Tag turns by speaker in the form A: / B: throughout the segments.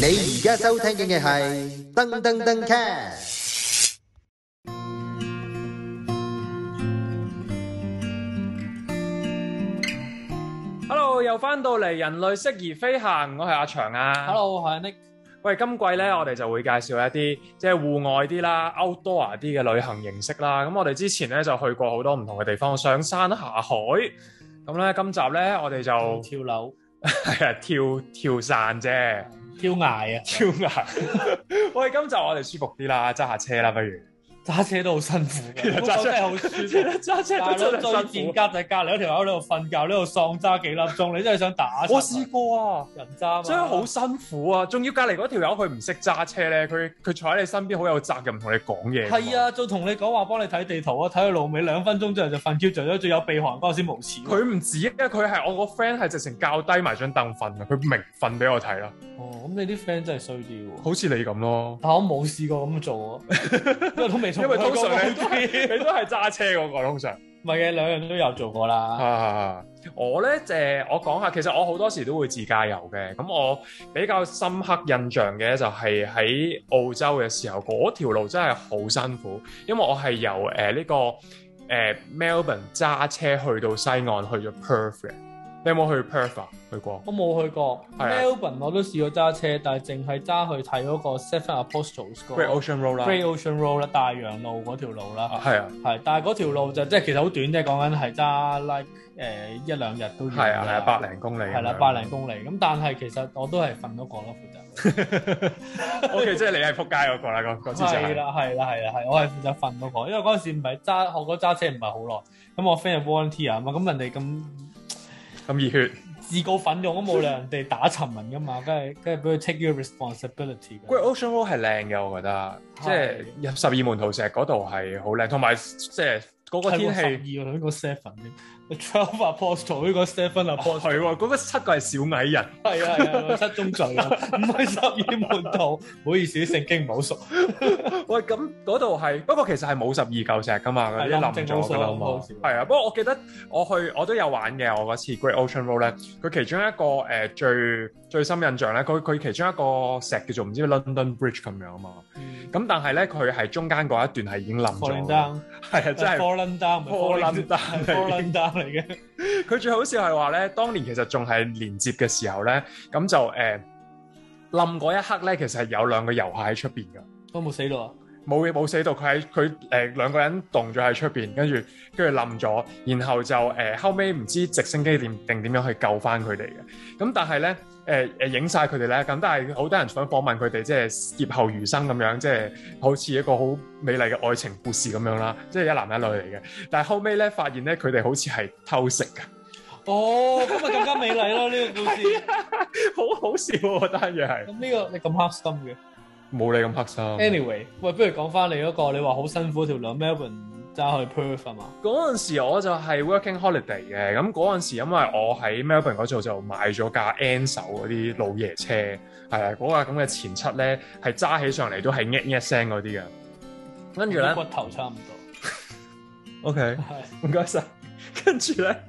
A: 你而家收聽嘅係噔噔噔 cast。
B: Hello，又翻到嚟人類適宜飛行，我係阿長啊。
C: Hello，我係 Nick。
B: 喂，今季咧我哋就會介紹一啲即係戶外啲啦、outdoor 啊啲嘅旅行形式啦。咁我哋之前咧就去過好多唔同嘅地方，上山下海。咁咧今集咧我哋就
C: 跳樓、
B: 係啊跳跳傘啫，
C: 跳崖啊，
B: 跳崖。 喂，今集我哋舒服啲啦，揸下車啦，不如。
C: 揸車都好辛苦
B: 實
C: 嘅，
B: 揸車
C: 真係好舒服。
B: 揸車
C: 大佬
B: 都
C: 最
B: 真
C: 賤
B: 係辛
C: 格就係隔離有條友喺度瞓覺，呢度喪揸幾粒鐘，你真係想打
B: 苦。我試過啊。
C: 人渣嘛
B: 真係好辛苦啊！仲要隔離嗰條友佢唔識揸車咧，佢佢坐喺你身邊好有責任同你講嘢㗎嘛。
C: 係啊，仲同你講話幫你睇地圖啊，睇佢路尾兩分鐘之後就瞓 Q 著咗，仲有鼻鼾嗰陣時無恥。
B: 佢唔止啊！佢係我個 friend 係直情教低埋張凳瞓啊！佢明瞓俾我睇啦，
C: 哦，咁你啲 friend 真係衰啲喎。
B: 好似你咁咯。
C: 但我冇試過咁做喎，因為都 未從
B: 因為通常
C: 佢
B: 你
C: 講
B: 都
C: 過
B: 係你都係揸車嗰個通常。
C: 唔係嘅，兩樣都有做過啦。
B: 啊！我咧誒、我講下，其實我好多時都會自駕遊嘅。咁我比較深刻印象嘅就係喺澳洲嘅時候，嗰條路真係好辛苦，因為我係由呃誒呢、個誒、Melbourne 揸車去到西岸，去咗 Perth 嘅。你有冇去 Perth 啊？去過？
C: 我冇去過
B: 係啊
C: Melbourne，我都試過揸車，但係淨係揸去睇嗰個 Seven Apostles 嗰
B: Great
C: 個
B: Ocean Road 啊啦，
C: Great Ocean Road 啦，大洋路嗰條路啦，
B: 啊係啊。
C: 係，但係嗰條路就即係其實好短啫，講緊係揸 like 誒一兩日都完㗎
B: 係啊，係啊，百零公里咁啊樣。
C: 係啦，百零公里咁，但係其實我都係瞓咗個咯，負 責。
B: O K，即係你係撲街嗰個啦，嗰嗰次就
C: 係
B: 係。
C: 啦，係啦，係啦，係，我係負責瞓嗰個，因為嗰陣時唔係揸學嗰揸車唔係好耐，咁我 friend 係 volunteer 啊嘛，咁人哋咁
B: 咁熱血。
C: 自告奮勇，咁冇理由人哋打沉民噶嘛，梗係梗係俾佢 take your responsibility 㗎
B: Great Ocean Road 係靚嘅，我覺得，即係入十二門徒石嗰度係好靚，同埋即係嗰個天氣。
C: 氣，二個 seven 添，twelve apostle 呢個 seven
B: 哦
C: apostle
B: 係喎，嗰個七個係小矮人，
C: 係啊係啊，失蹤罪啊， 唔係十二門徒，唔好意思，聖經唔好熟，
B: 喂咁嗰度係，不過其實係冇十二嚿石噶嘛，嗰
C: 係
B: 啲
C: 冧
B: 冧
C: 正
B: 咗噶啦
C: 冇數
B: 嘛
C: 冇事。
B: 係啊，不過我記得我去我都有玩嘅，我嗰次 Great Ocean Road 咧，佢其中一個誒、呃最最深印象咧，佢佢其中一個石叫做唔知 London Bridge 咁樣啊嘛，咁但係咧佢係中間嗰一段係已經冧
C: falling
B: 咗啦，
C: down，
B: 係啊，真係
C: falling down，
B: falling down 嚟嘅
C: falling down 嚟嘅，
B: 佢最好笑係話咧，當年其實仲係連接嘅時候咧，咁就誒冧嗰一刻咧，其實係有兩個遊客喺出邊㗎，
C: 都冇死到啊！
B: 冇嘢冇死到，佢喺佢誒兩個人凍咗喺出邊，跟住跟住冧咗，然後就誒、呃、後尾唔知直升機點定點樣去救翻佢哋嘅，咁但係咧。誒誒影晒佢哋咧，咁但係好多人想訪問佢哋，即係劫後餘生咁樣，即係好似一個好美麗嘅愛情故事咁樣啦，即係一男一女嚟嘅。但係後尾咧，發現咧佢哋好似係偷食嘅。
C: 哦，咁啊更加美麗啦呢個故事。
B: 啊好好笑喎！單嘢係
C: 咁呢個你咁黑心嘅。
B: 冇你咁黑心。
C: Anyway，喂，不如講翻你嗰個，你話好辛苦條兩 Melbourne 揸去 Perth 啊嘛？
B: 嗰陣時我就係 working holiday 嘅，咁嗰陣時因為我喺 Melbourne 嗰度就買咗架 N 手嗰啲老爺車，係啊，嗰架咁嘅前七咧係揸起上嚟都係一一聲嗰啲嘅。跟住咧
C: 骨頭差唔多。
B: ，OK，
C: 係
B: 唔該晒。跟住咧，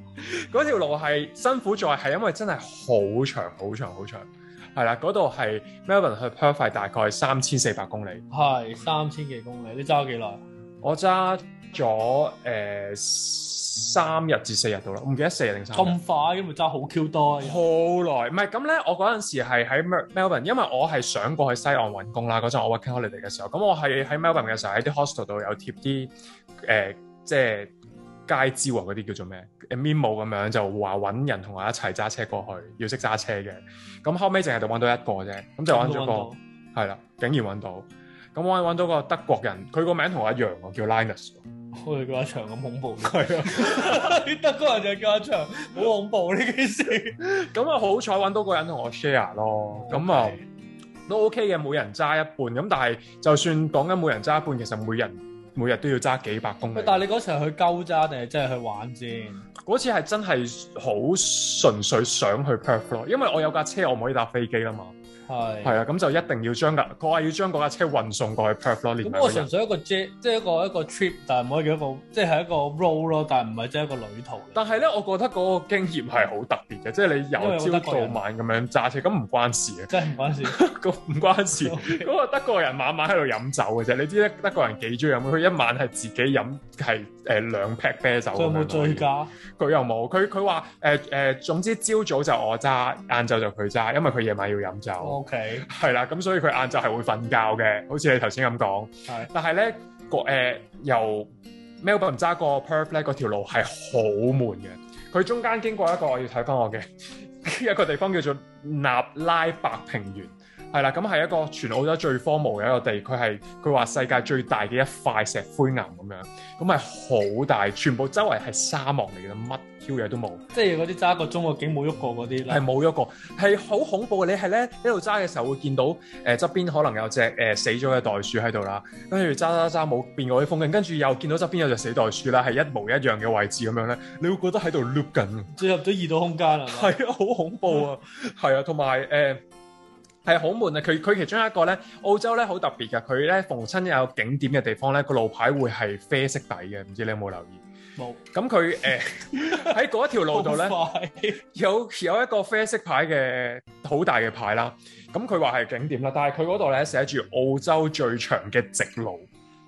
B: 嗰條路係辛苦在係因為真係好長、好長、好長，係啦，嗰度係 Melbourne 去 Perth 係大概三千四百公里。
C: 係三千幾公里，你揸咗幾耐？
B: 我揸咗誒三日至四日到啦，我唔記得四日定三日。
C: 咁快咁咪揸好 Q 多啊！
B: 好耐，唔係咁咧。我嗰陣時係喺 Mel- Melbourne，因為我係想過去西岸揾工啦。嗰陣我 working holiday 嘅時候，咁我係喺 Melbourne 嘅時候喺啲 hostel 度有貼啲誒、呃即係街招啊嗰啲叫做咩誒 memo 咁樣，就話揾人同我一齊揸車過去，要識揸車嘅。咁後尾淨係就揾到一個啫，咁就揾咗個係啦，竟然揾到。咁我揾到個德國人，佢個名同我一樣喎，叫 Linus 喎。
C: 我哋叫阿長咁恐怖嘅，
B: 係啊。
C: 你 德國人就叫阿長，好恐怖呢件事。
B: 咁啊，好彩揾到個人同我 share 咯，咁啊都 OK 嘅，每人揸一半。咁但係就算講緊每人揸一半，其實每人每日都要揸幾百公里
C: 喂，。但係你嗰時係去鳩揸定係真係去玩先？
B: 嗰次係真係好純粹想去 Perth 咯，因為我有架車，我唔可以搭飛機啦嘛。
C: 係
B: 係啊，咁就一定要將架佢話要將嗰架車運送過去 Perth 咯，連埋
C: 咁我
B: 個
C: 純
B: 人。
C: 粹一個 jet，即係一個一個 trip，但係唔可以叫一個，即係一個 roll 咯，但係唔係即係一個旅途嚟。
B: 但係咧，我覺得嗰個經驗係好特別嘅，即係你
C: 因為
B: 由
C: 有
B: 朝
C: 德國人
B: 到晚咁樣揸車，咁唔關事 嘅，啊
C: 真係唔關事。
B: 個唔關 事。
C: OK
B: 嗰個德國人晚晚喺度飲酒嘅啫，你知咧德國人幾中意飲，佢一晚係自己飲係誒兩劈啤酒咁樣。
C: 佢 有冇醉駕？哦
B: 佢又冇，佢佢話誒誒，總之朝早就我揸，晏晝就佢揸，因為佢夜晚要飲酒，
C: O K，
B: 係啦、咁所以佢晏晝係會瞓覺嘅，好似你頭先咁講。
C: 係
B: 但係咧個誒由 Melbourne 揸過 Perth 咧，嗰條路係好悶嘅。佢中間經過一個，我要睇翻我嘅 一個地方叫做納拉白平原，係啦，咁係一個全澳洲最荒蕪嘅一個地，佢係佢話世界最大嘅一塊石灰岩咁樣，咁係好大，全部周圍係沙漠嚟嘅，乜 Q 嘢都冇。
C: 即係嗰啲揸個中個景冇喐過嗰啲啦。
B: 係冇咗個，係好恐怖嘅。你係咧一路揸嘅時候會見到誒側邊可能有隻誒、呃死咗嘅袋鼠喺度啦，跟住揸揸揸冇變過啲風景，跟住又見到側邊有隻死袋鼠啦，係一模一樣嘅位置咁樣咧，你會覺得喺度 loop 緊，啊
C: 進入咗異度空間啦。係嘛
B: 係啊，好恐怖啊，係啊，同埋誒。係好悶啊！佢佢其中一個咧，澳洲咧好特別嘅，佢咧逢親有景點嘅地方咧，個路牌會係啡色底嘅，唔知你有冇留意？
C: 冇
B: 咁佢 誒喺嗰一條路度咧。
C: 好 快
B: 有有一個啡色牌嘅好大嘅牌啦，咁佢話係景點啦，但係佢嗰度咧寫住澳洲最長嘅直路，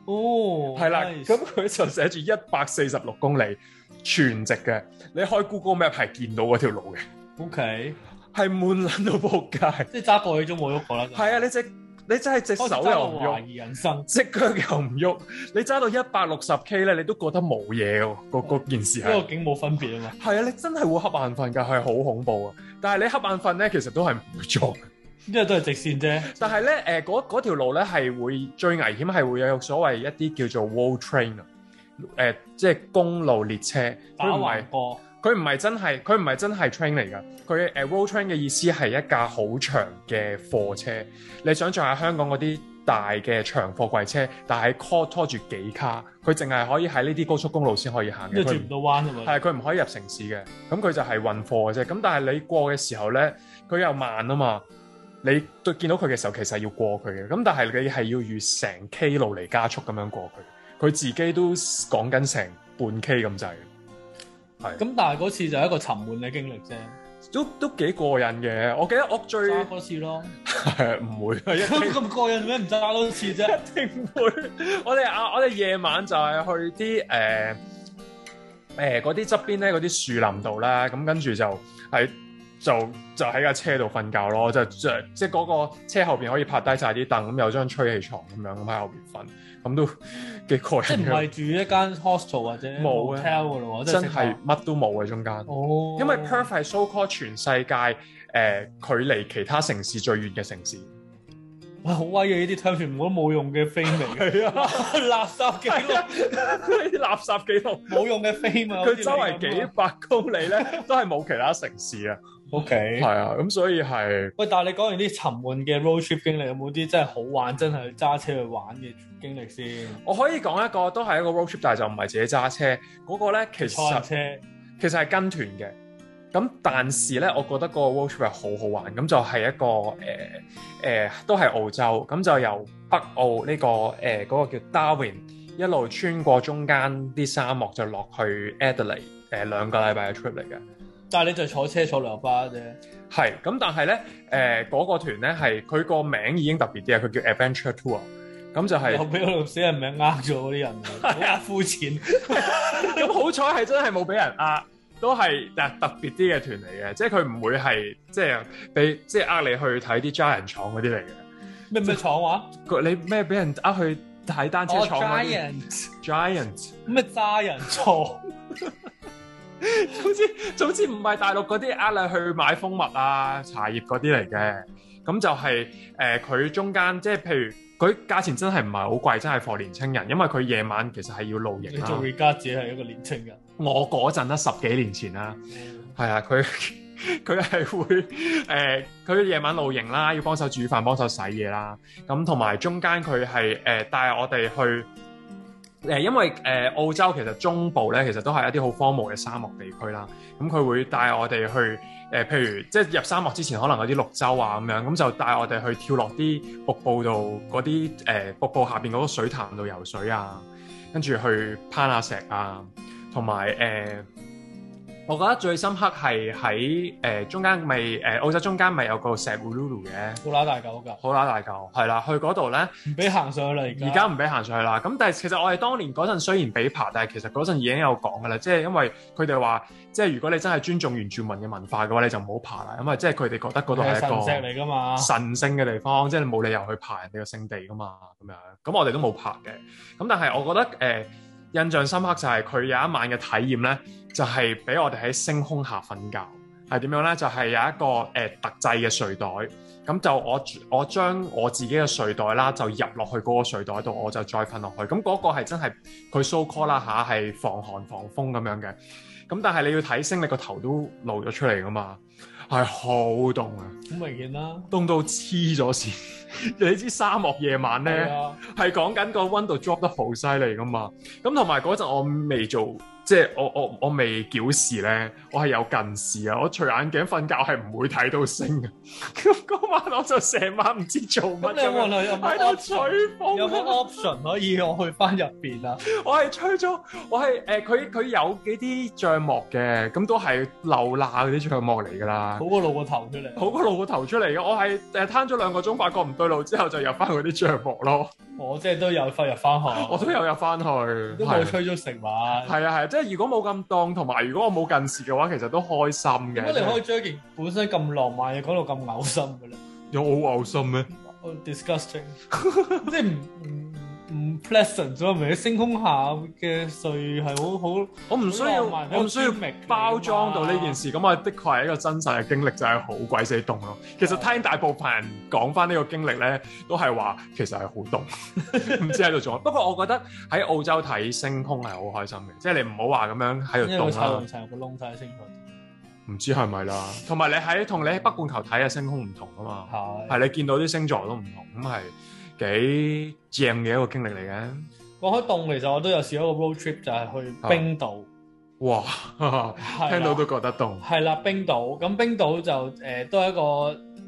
C: 哦，
B: 係啦，
C: nice
B: 咁佢就寫住一百四十六公里全直嘅，你開 Google Map 係見到嗰條路嘅，
C: O K，
B: 係悶撚到仆街，
C: 即係揸過去都冇喐過啦。就
B: 係啊，你隻你真係隻
C: 開始
B: 手又
C: 揸到
B: 唔
C: 懷
B: 喐，
C: 疑人生，
B: 隻腳又唔喐，你揸到一百六十 K 咧，你都覺得冇嘢喎，嗰嗰件事
C: 因
B: 係
C: 為。個景冇分別啊嘛。
B: 係啊，你真係會瞌眼瞓㗎，係好恐怖啊！但係你瞌眼瞓咧，其實都係唔會做嘅
C: 因為都係直線啫。
B: 但係咧，誒、嗰嗰條路咧係會最危險係會有所謂一啲叫做 wall train 啊、誒即係公路列車，
C: 打
B: 佢唔係
C: 橫過，
B: 佢唔係真係佢唔係真係 train 嚟㗎，佢誒、wall train 嘅意思係一架好長嘅貨車，你想象下香港嗰啲大嘅長貨櫃車，但係 call 拖住幾卡，佢淨係可以喺呢啲高速公路先可以行嘅，
C: 因為
B: 佢
C: 轉
B: 唔
C: 唔到彎啊嘛。
B: 係佢唔可以入城市嘅，咁佢就係運貨嘅啫。咁但係你過嘅時候咧，佢又慢啊嘛。你對見到佢嘅時候，其實係要過佢嘅。咁但係你係要預成 K 路嚟加速咁樣過佢，佢自己都講緊成半 K 咁滯，
C: 咁但係嗰次就係一個沉悶嘅經歷啫，
B: 都都幾過癮嘅。我記得我最
C: 揸多次咯。
B: 唔會 啊，一定
C: 咁過癮咩？唔揸多次 啫。
B: 一定唔會。 我哋啊，我哋夜晚就係去啲誒誒嗰啲側邊咧，嗰啲樹林度啦，咁跟住就係就就喺架車度瞓覺咯，就就即係嗰個車後邊可以拍低晒啲凳，咁有張吹氣床咁樣咁喺後邊瞓，咁都 幾過
C: 即係唔
B: 癮嘅。
C: 係住一間 hostel 或者
B: 冇啊
C: hotel 嘅咯喎，
B: 真
C: 係食
B: 係
C: 飯
B: 乜都冇嘅中間，
C: 哦，
B: 因為 Perth 係 so called 全世界誒、呃距離其他城市最遠嘅城市。
C: 喂好威嘅呢啲 term 全部都冇用嘅 frame 嚟 嘅，
B: 係啊，
C: 垃圾記錄
B: 啲 垃圾記錄。
C: 冇用嘅 frame 啊，
B: 佢周圍幾百公里咧， 都係冇其他城市啊。
C: O K
B: 係。啊，咁所以係
C: 喂，但係你講完啲沉悶嘅 road trip 經歷，有冇啲真係好玩，真係揸車去玩嘅經歷先？
B: 我可以講一個都係一個 road trip，但係就唔係自己揸車嗰、個咧，其
C: 坐下
B: 實
C: 車
B: 其實係跟團嘅。咁但是咧，我覺得個 road trip 係好好玩。咁就係一個誒誒、呃都係澳洲。咁就由北澳呢、個誒嗰、個叫 Darwin 一路穿過中間啲沙漠，就落去 Adelaide。誒兩個禮拜嘅 trip 嚟嘅。
C: 但係你就坐車坐旅遊巴啫。
B: 係，咁但係咧，誒、嗰、個團咧係佢個名已經特別啲啊，佢叫 Adventure Tour，咁就係、
C: 又俾我死人名呃咗嗰啲人，好呃膚淺。
B: 咁好彩係真係冇俾人呃，都係嗱特別啲嘅團嚟嘅，即係佢唔會係即係俾即係呃你去睇啲 Giant 廠嗰啲嚟嘅
C: 咩咩廠話？
B: 個，你咩俾人呃去睇單 車
C: 哦
B: 廠嗰啲
C: ，Giant
B: Giant，
C: 咩揸人廠？
B: 總之總之唔係大陸嗰啲呃你去買蜂蜜啊、茶葉嗰啲嚟嘅，咁就係誒佢中間即係譬如。佢價錢真係唔係好貴，真係 for 年青人，因為佢夜晚其實係要露營
C: 你
B: 啦。
C: 做 regard 自己係一個年青人，
B: 我嗰陣啦，十幾年前啦，係啊，佢 佢係會誒，佢、夜晚露營啦，要幫手煮飯、幫手洗嘢啦，咁同埋中間佢係誒帶我哋去誒，因為誒、呃澳洲其實中部咧，其實都係一啲好荒蕪嘅沙漠地區啦。咁佢會帶我哋去誒、呃譬如即係入沙漠之前，可能有啲綠洲啊咁樣，咁就帶我哋去跳落啲瀑布度嗰啲誒瀑布下邊嗰個水潭度游水啊，跟住去攀下石啊，同埋誒，我覺得最深刻係喺誒中間咪誒、呃澳洲中間咪有個石 Uluru 嘅，
C: 好乸大嚿㗎，
B: 好乸大嚿，係啦，去嗰度咧。
C: 唔俾行上去啦而家。
B: 而家唔俾行上去啦。咁但係其實我哋當年嗰陣雖然俾爬，但係其實嗰陣已經有講噶啦，即係因為佢哋話，即係如果你真係尊重原住民嘅文化嘅話，你就唔好爬啦，因為即係佢哋覺得嗰度係
C: 係神石
B: 一
C: 嚟㗎嘛
B: 個，啊神聖嘅地方，即係你冇理由去爬人哋嘅聖地噶嘛，咁樣。咁我哋都冇爬嘅。咁但係我覺得誒、呃印象深刻就係佢有一晚嘅體驗咧，就係、俾我哋喺星空下瞓覺。係點樣咧？就係、有一個誒、呃特製嘅睡袋，咁就我我將我自己嘅睡袋啦，就入落去嗰個睡袋度，我就再瞓落去。咁嗰個係真係佢 so call 啦嚇，係防寒防風咁樣嘅。咁但係你要睇星，你個頭都露咗出嚟噶嘛，係好凍啊，
C: 好明顯啦。
B: 凍到黐咗線。 你知沙漠夜晚咧
C: 係？啊，
B: 係講緊個温度 drop 得好犀利噶嘛。咁同埋嗰陣我未做，即係我我我未矯視咧，我係有近視啊！我除眼鏡瞓覺係唔會睇到星嘅。 咁嗰晚我就成晚唔知做
C: 咁
B: 乜
C: 你有
B: 咁樣，
C: 冇有
B: 喺度吹
C: 冇
B: 風。
C: 有冇 option 可以我去翻入邊啊？
B: 我係吹咗，我係誒佢佢有幾啲帳幕嘅，咁都係漏罅嗰啲帳幕嚟㗎啦。
C: 好過露個頭出嚟。
B: 好過露個頭出嚟嘅，我係誒攤咗兩個鐘，發覺唔對路之後就入翻嗰啲帳幕咯。
C: 我即係都有翻入翻學，
B: 我都有入翻去，
C: 哦都
B: 係
C: 冇吹咗食物。
B: 係啊係啊，即係如果冇咁凍，同埋如果我冇近視嘅話，其實都開心嘅。
C: 點解你可以將一件本身咁浪漫嘅講到咁嘔心嘅咧
B: 有好嘔心咩？
C: Oh,？Disgusting，即係唔唔唔 pleasant 咗，明星空下嘅睡係好好
B: 我唔需要，
C: 好浪漫
B: 我唔需要
C: 好啊 gimmick
B: 包裝到呢件事。咁啊，的確係一個真實嘅經歷，就係好鬼死凍咯。其
C: 哦
B: 實聽大部分人講翻呢個經歷咧，都係話其實係好凍， 唔知喺度做乜。不過我覺得喺澳洲睇星空係好開心嘅，即係你唔好話咁樣喺
C: 因
B: 度凍
C: 為佢啊插
B: 啦
C: 龍。成個窿晒星佢。
B: 唔知係咪啦？同埋你喺同你喺北半球睇嘅星空唔同啊嘛。
C: 係
B: 係你見到啲星座都唔同，咁係幾正嘅一個經歷嚟嘅。
C: 講開凍，其實我都有試一個 road trip，就係去冰島。
B: 哇！
C: 係啦
B: 哦聽到都覺得凍。
C: 係啦，冰島咁冰島就誒、呃都係一個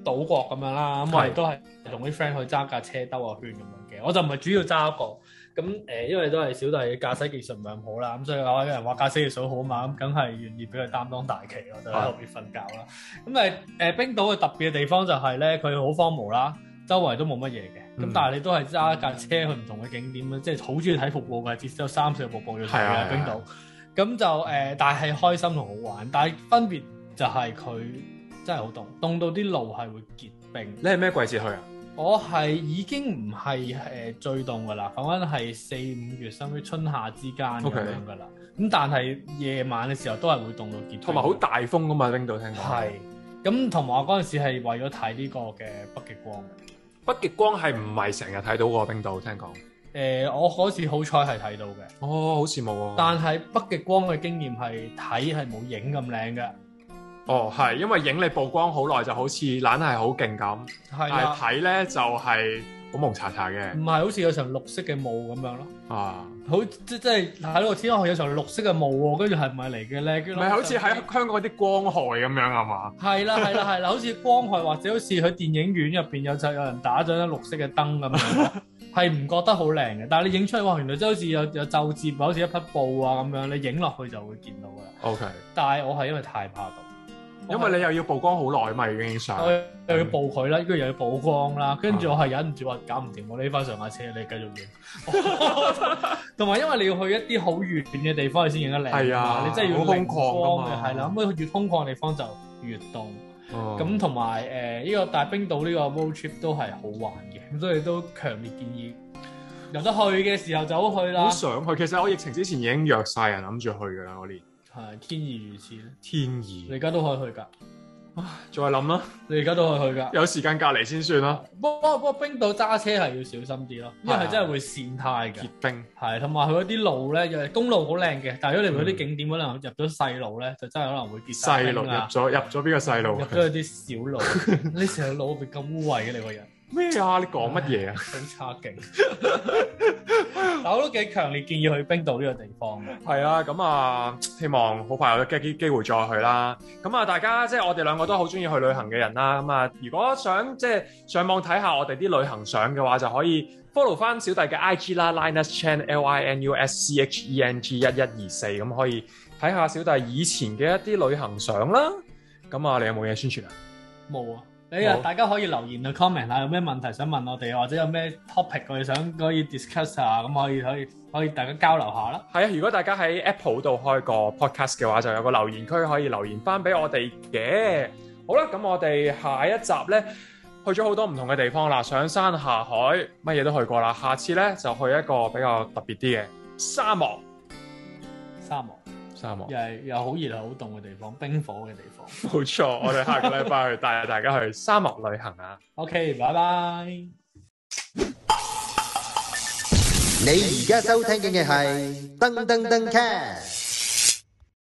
C: 島國咁樣啦，咁我
B: 係
C: 哋都係同啲 friend 去揸架車兜個圈咁樣嘅，我就唔係主要揸一個，咁誒、呃因為都係小弟嘅駕駛技術唔係咁好啦，咁所以話有人話駕駛技術好嘛，咁梗係願意俾佢擔當大旗咯，就喺後邊瞓覺啦。咁誒誒冰島嘅特別嘅地方就係咧，佢好荒蕪啦，周圍都冇乜嘢嘅，咁、
B: 嗯
C: 但係你都係揸架車去唔同嘅景點啦，即係好中意睇瀑布嘅，至少有三四個瀑布要睇
B: 係啊係啊
C: 嘅冰島。咁就誒、呃但係開心同好玩，但係分別就係佢真係好凍，凍到啲路係會結冰。
B: 你係咩季節去啊？
C: 我係已經唔係誒最凍㗎啦，講緊係四五月甚至春夏之間咁
B: OK
C: 樣㗎啦。咁但係夜晚嘅時候都係會凍到結冰。
B: 同埋好大風噶嘛，冰島聽講。
C: 係咁，同埋我嗰陣時係為咗睇呢個嘅北極光嘅。
B: 北極光係唔係成日睇到喎？冰島聽講。
C: 誒、呃我嗰次好彩係睇到嘅，
B: 哦，好羨慕喎。
C: 但係北極光嘅經驗係睇係冇影咁靚嘅，
B: 哦，係因為影你曝光好耐，就好似懶係好勁咁，
C: 係
B: 但
C: 啦
B: 係。啊睇咧就係好蒙查查嘅
C: 唔係好似有層綠色嘅霧咁樣咯，
B: 啊。
C: 好即即係睇到天空有層綠色嘅霧喎，跟住係咪嚟嘅咧？
B: 唔
C: 跟住
B: 係好似喺香港啲光害咁樣係嘛？
C: 係啦係啦係啦，好似光害或者好似喺電影院入邊有就有人打咗啲綠色嘅燈咁樣，係唔覺得好靚嘅。但係你影出嚟哇，原來真係好似有有皺摺，好似一匹布啊咁樣，你影落去就會見到噶啦。
B: OK，
C: 但係我係因為太怕凍，
B: 因為你又要曝光好耐嘛，已經影相。
C: 我又要曝佢啦，跟住又要曝光
B: 啊
C: 啦，跟住我係忍唔住話搞唔掂，我匿翻上架車，你繼續影。 同埋因為你要去一啲好遠嘅地方，你先影得靚。
B: 係啊
C: 你真係要
B: 好空曠㗎
C: 光嘅，
B: 嘛
C: 係啦。咁越空曠嘅地方就越凍。
B: 哦
C: 咁同埋誒呢個大冰島呢個 road trip 都係好玩嘅，咁所以都強烈建議有得去嘅時候就好去啦
B: 好。想去，其實我疫情之前已經約晒人諗住去㗎啦，我連
C: 係天意如此，你
B: 天意
C: 而家都可以去㗎，
B: 再諗啦，
C: 你而家都可以去㗎。
B: 有時間隔離先算啦。
C: 不過不過冰島揸車係要小心啲咯，因為
B: 係啊
C: 係真係會跣胎㗎
B: 結。冰
C: 係，同埋佢嗰啲路咧，又係公路好靚嘅，但係如果你去啲景點可能入咗細路咧，就真係可能會結晒
B: 細路入
C: 冰啊
B: 咗入咗邊個細
C: 入
B: 路？
C: 咗去啲小路，你成條路變咁污穢嘅你個人，
B: 咩啊？你講乜嘢啊？
C: 好差勁！但我都幾強烈建議去冰島呢個地方 嘅。
B: 係啊，咁啊，希望好快有機機機會再去啦。咁啊，大家即係我哋兩個都好中意去旅行嘅人啦。咁啊，如果想即係上網睇下我哋啲旅行相嘅話，就可以 follow 翻小弟嘅 IG 啦，Linus Chan L I N U S C H E N G 一一二四，咁可以睇下小弟以前嘅一啲旅行相啦。咁啊，你有冇嘢宣傳啊？
C: 冇啊！ 你啊
B: 冇，
C: 大家可以留言去 comment 下，有咩問題想問我哋，或者有咩 topic 我哋想可以 discuss 下，咁可以可以可以大家交流下啦。
B: 係啊，如果大家喺 Apple 度開個 podcast 嘅話，就有個留言區可以留言翻俾我哋嘅。好啦，咁我哋下一集呢，去咗好多唔同嘅地方啦，上山下海，乜嘢都去過啦。下次呢，就去一個比較特別啲嘅沙漠，
C: 沙漠
B: 沙漠
C: 又係又好熱又好凍嘅地方，冰火嘅地方。
B: 冇錯。我哋下個禮拜去帶大家去沙漠旅行啊！
C: OK，拜拜。
A: 你而家收聽嘅係噔噔噔 cast。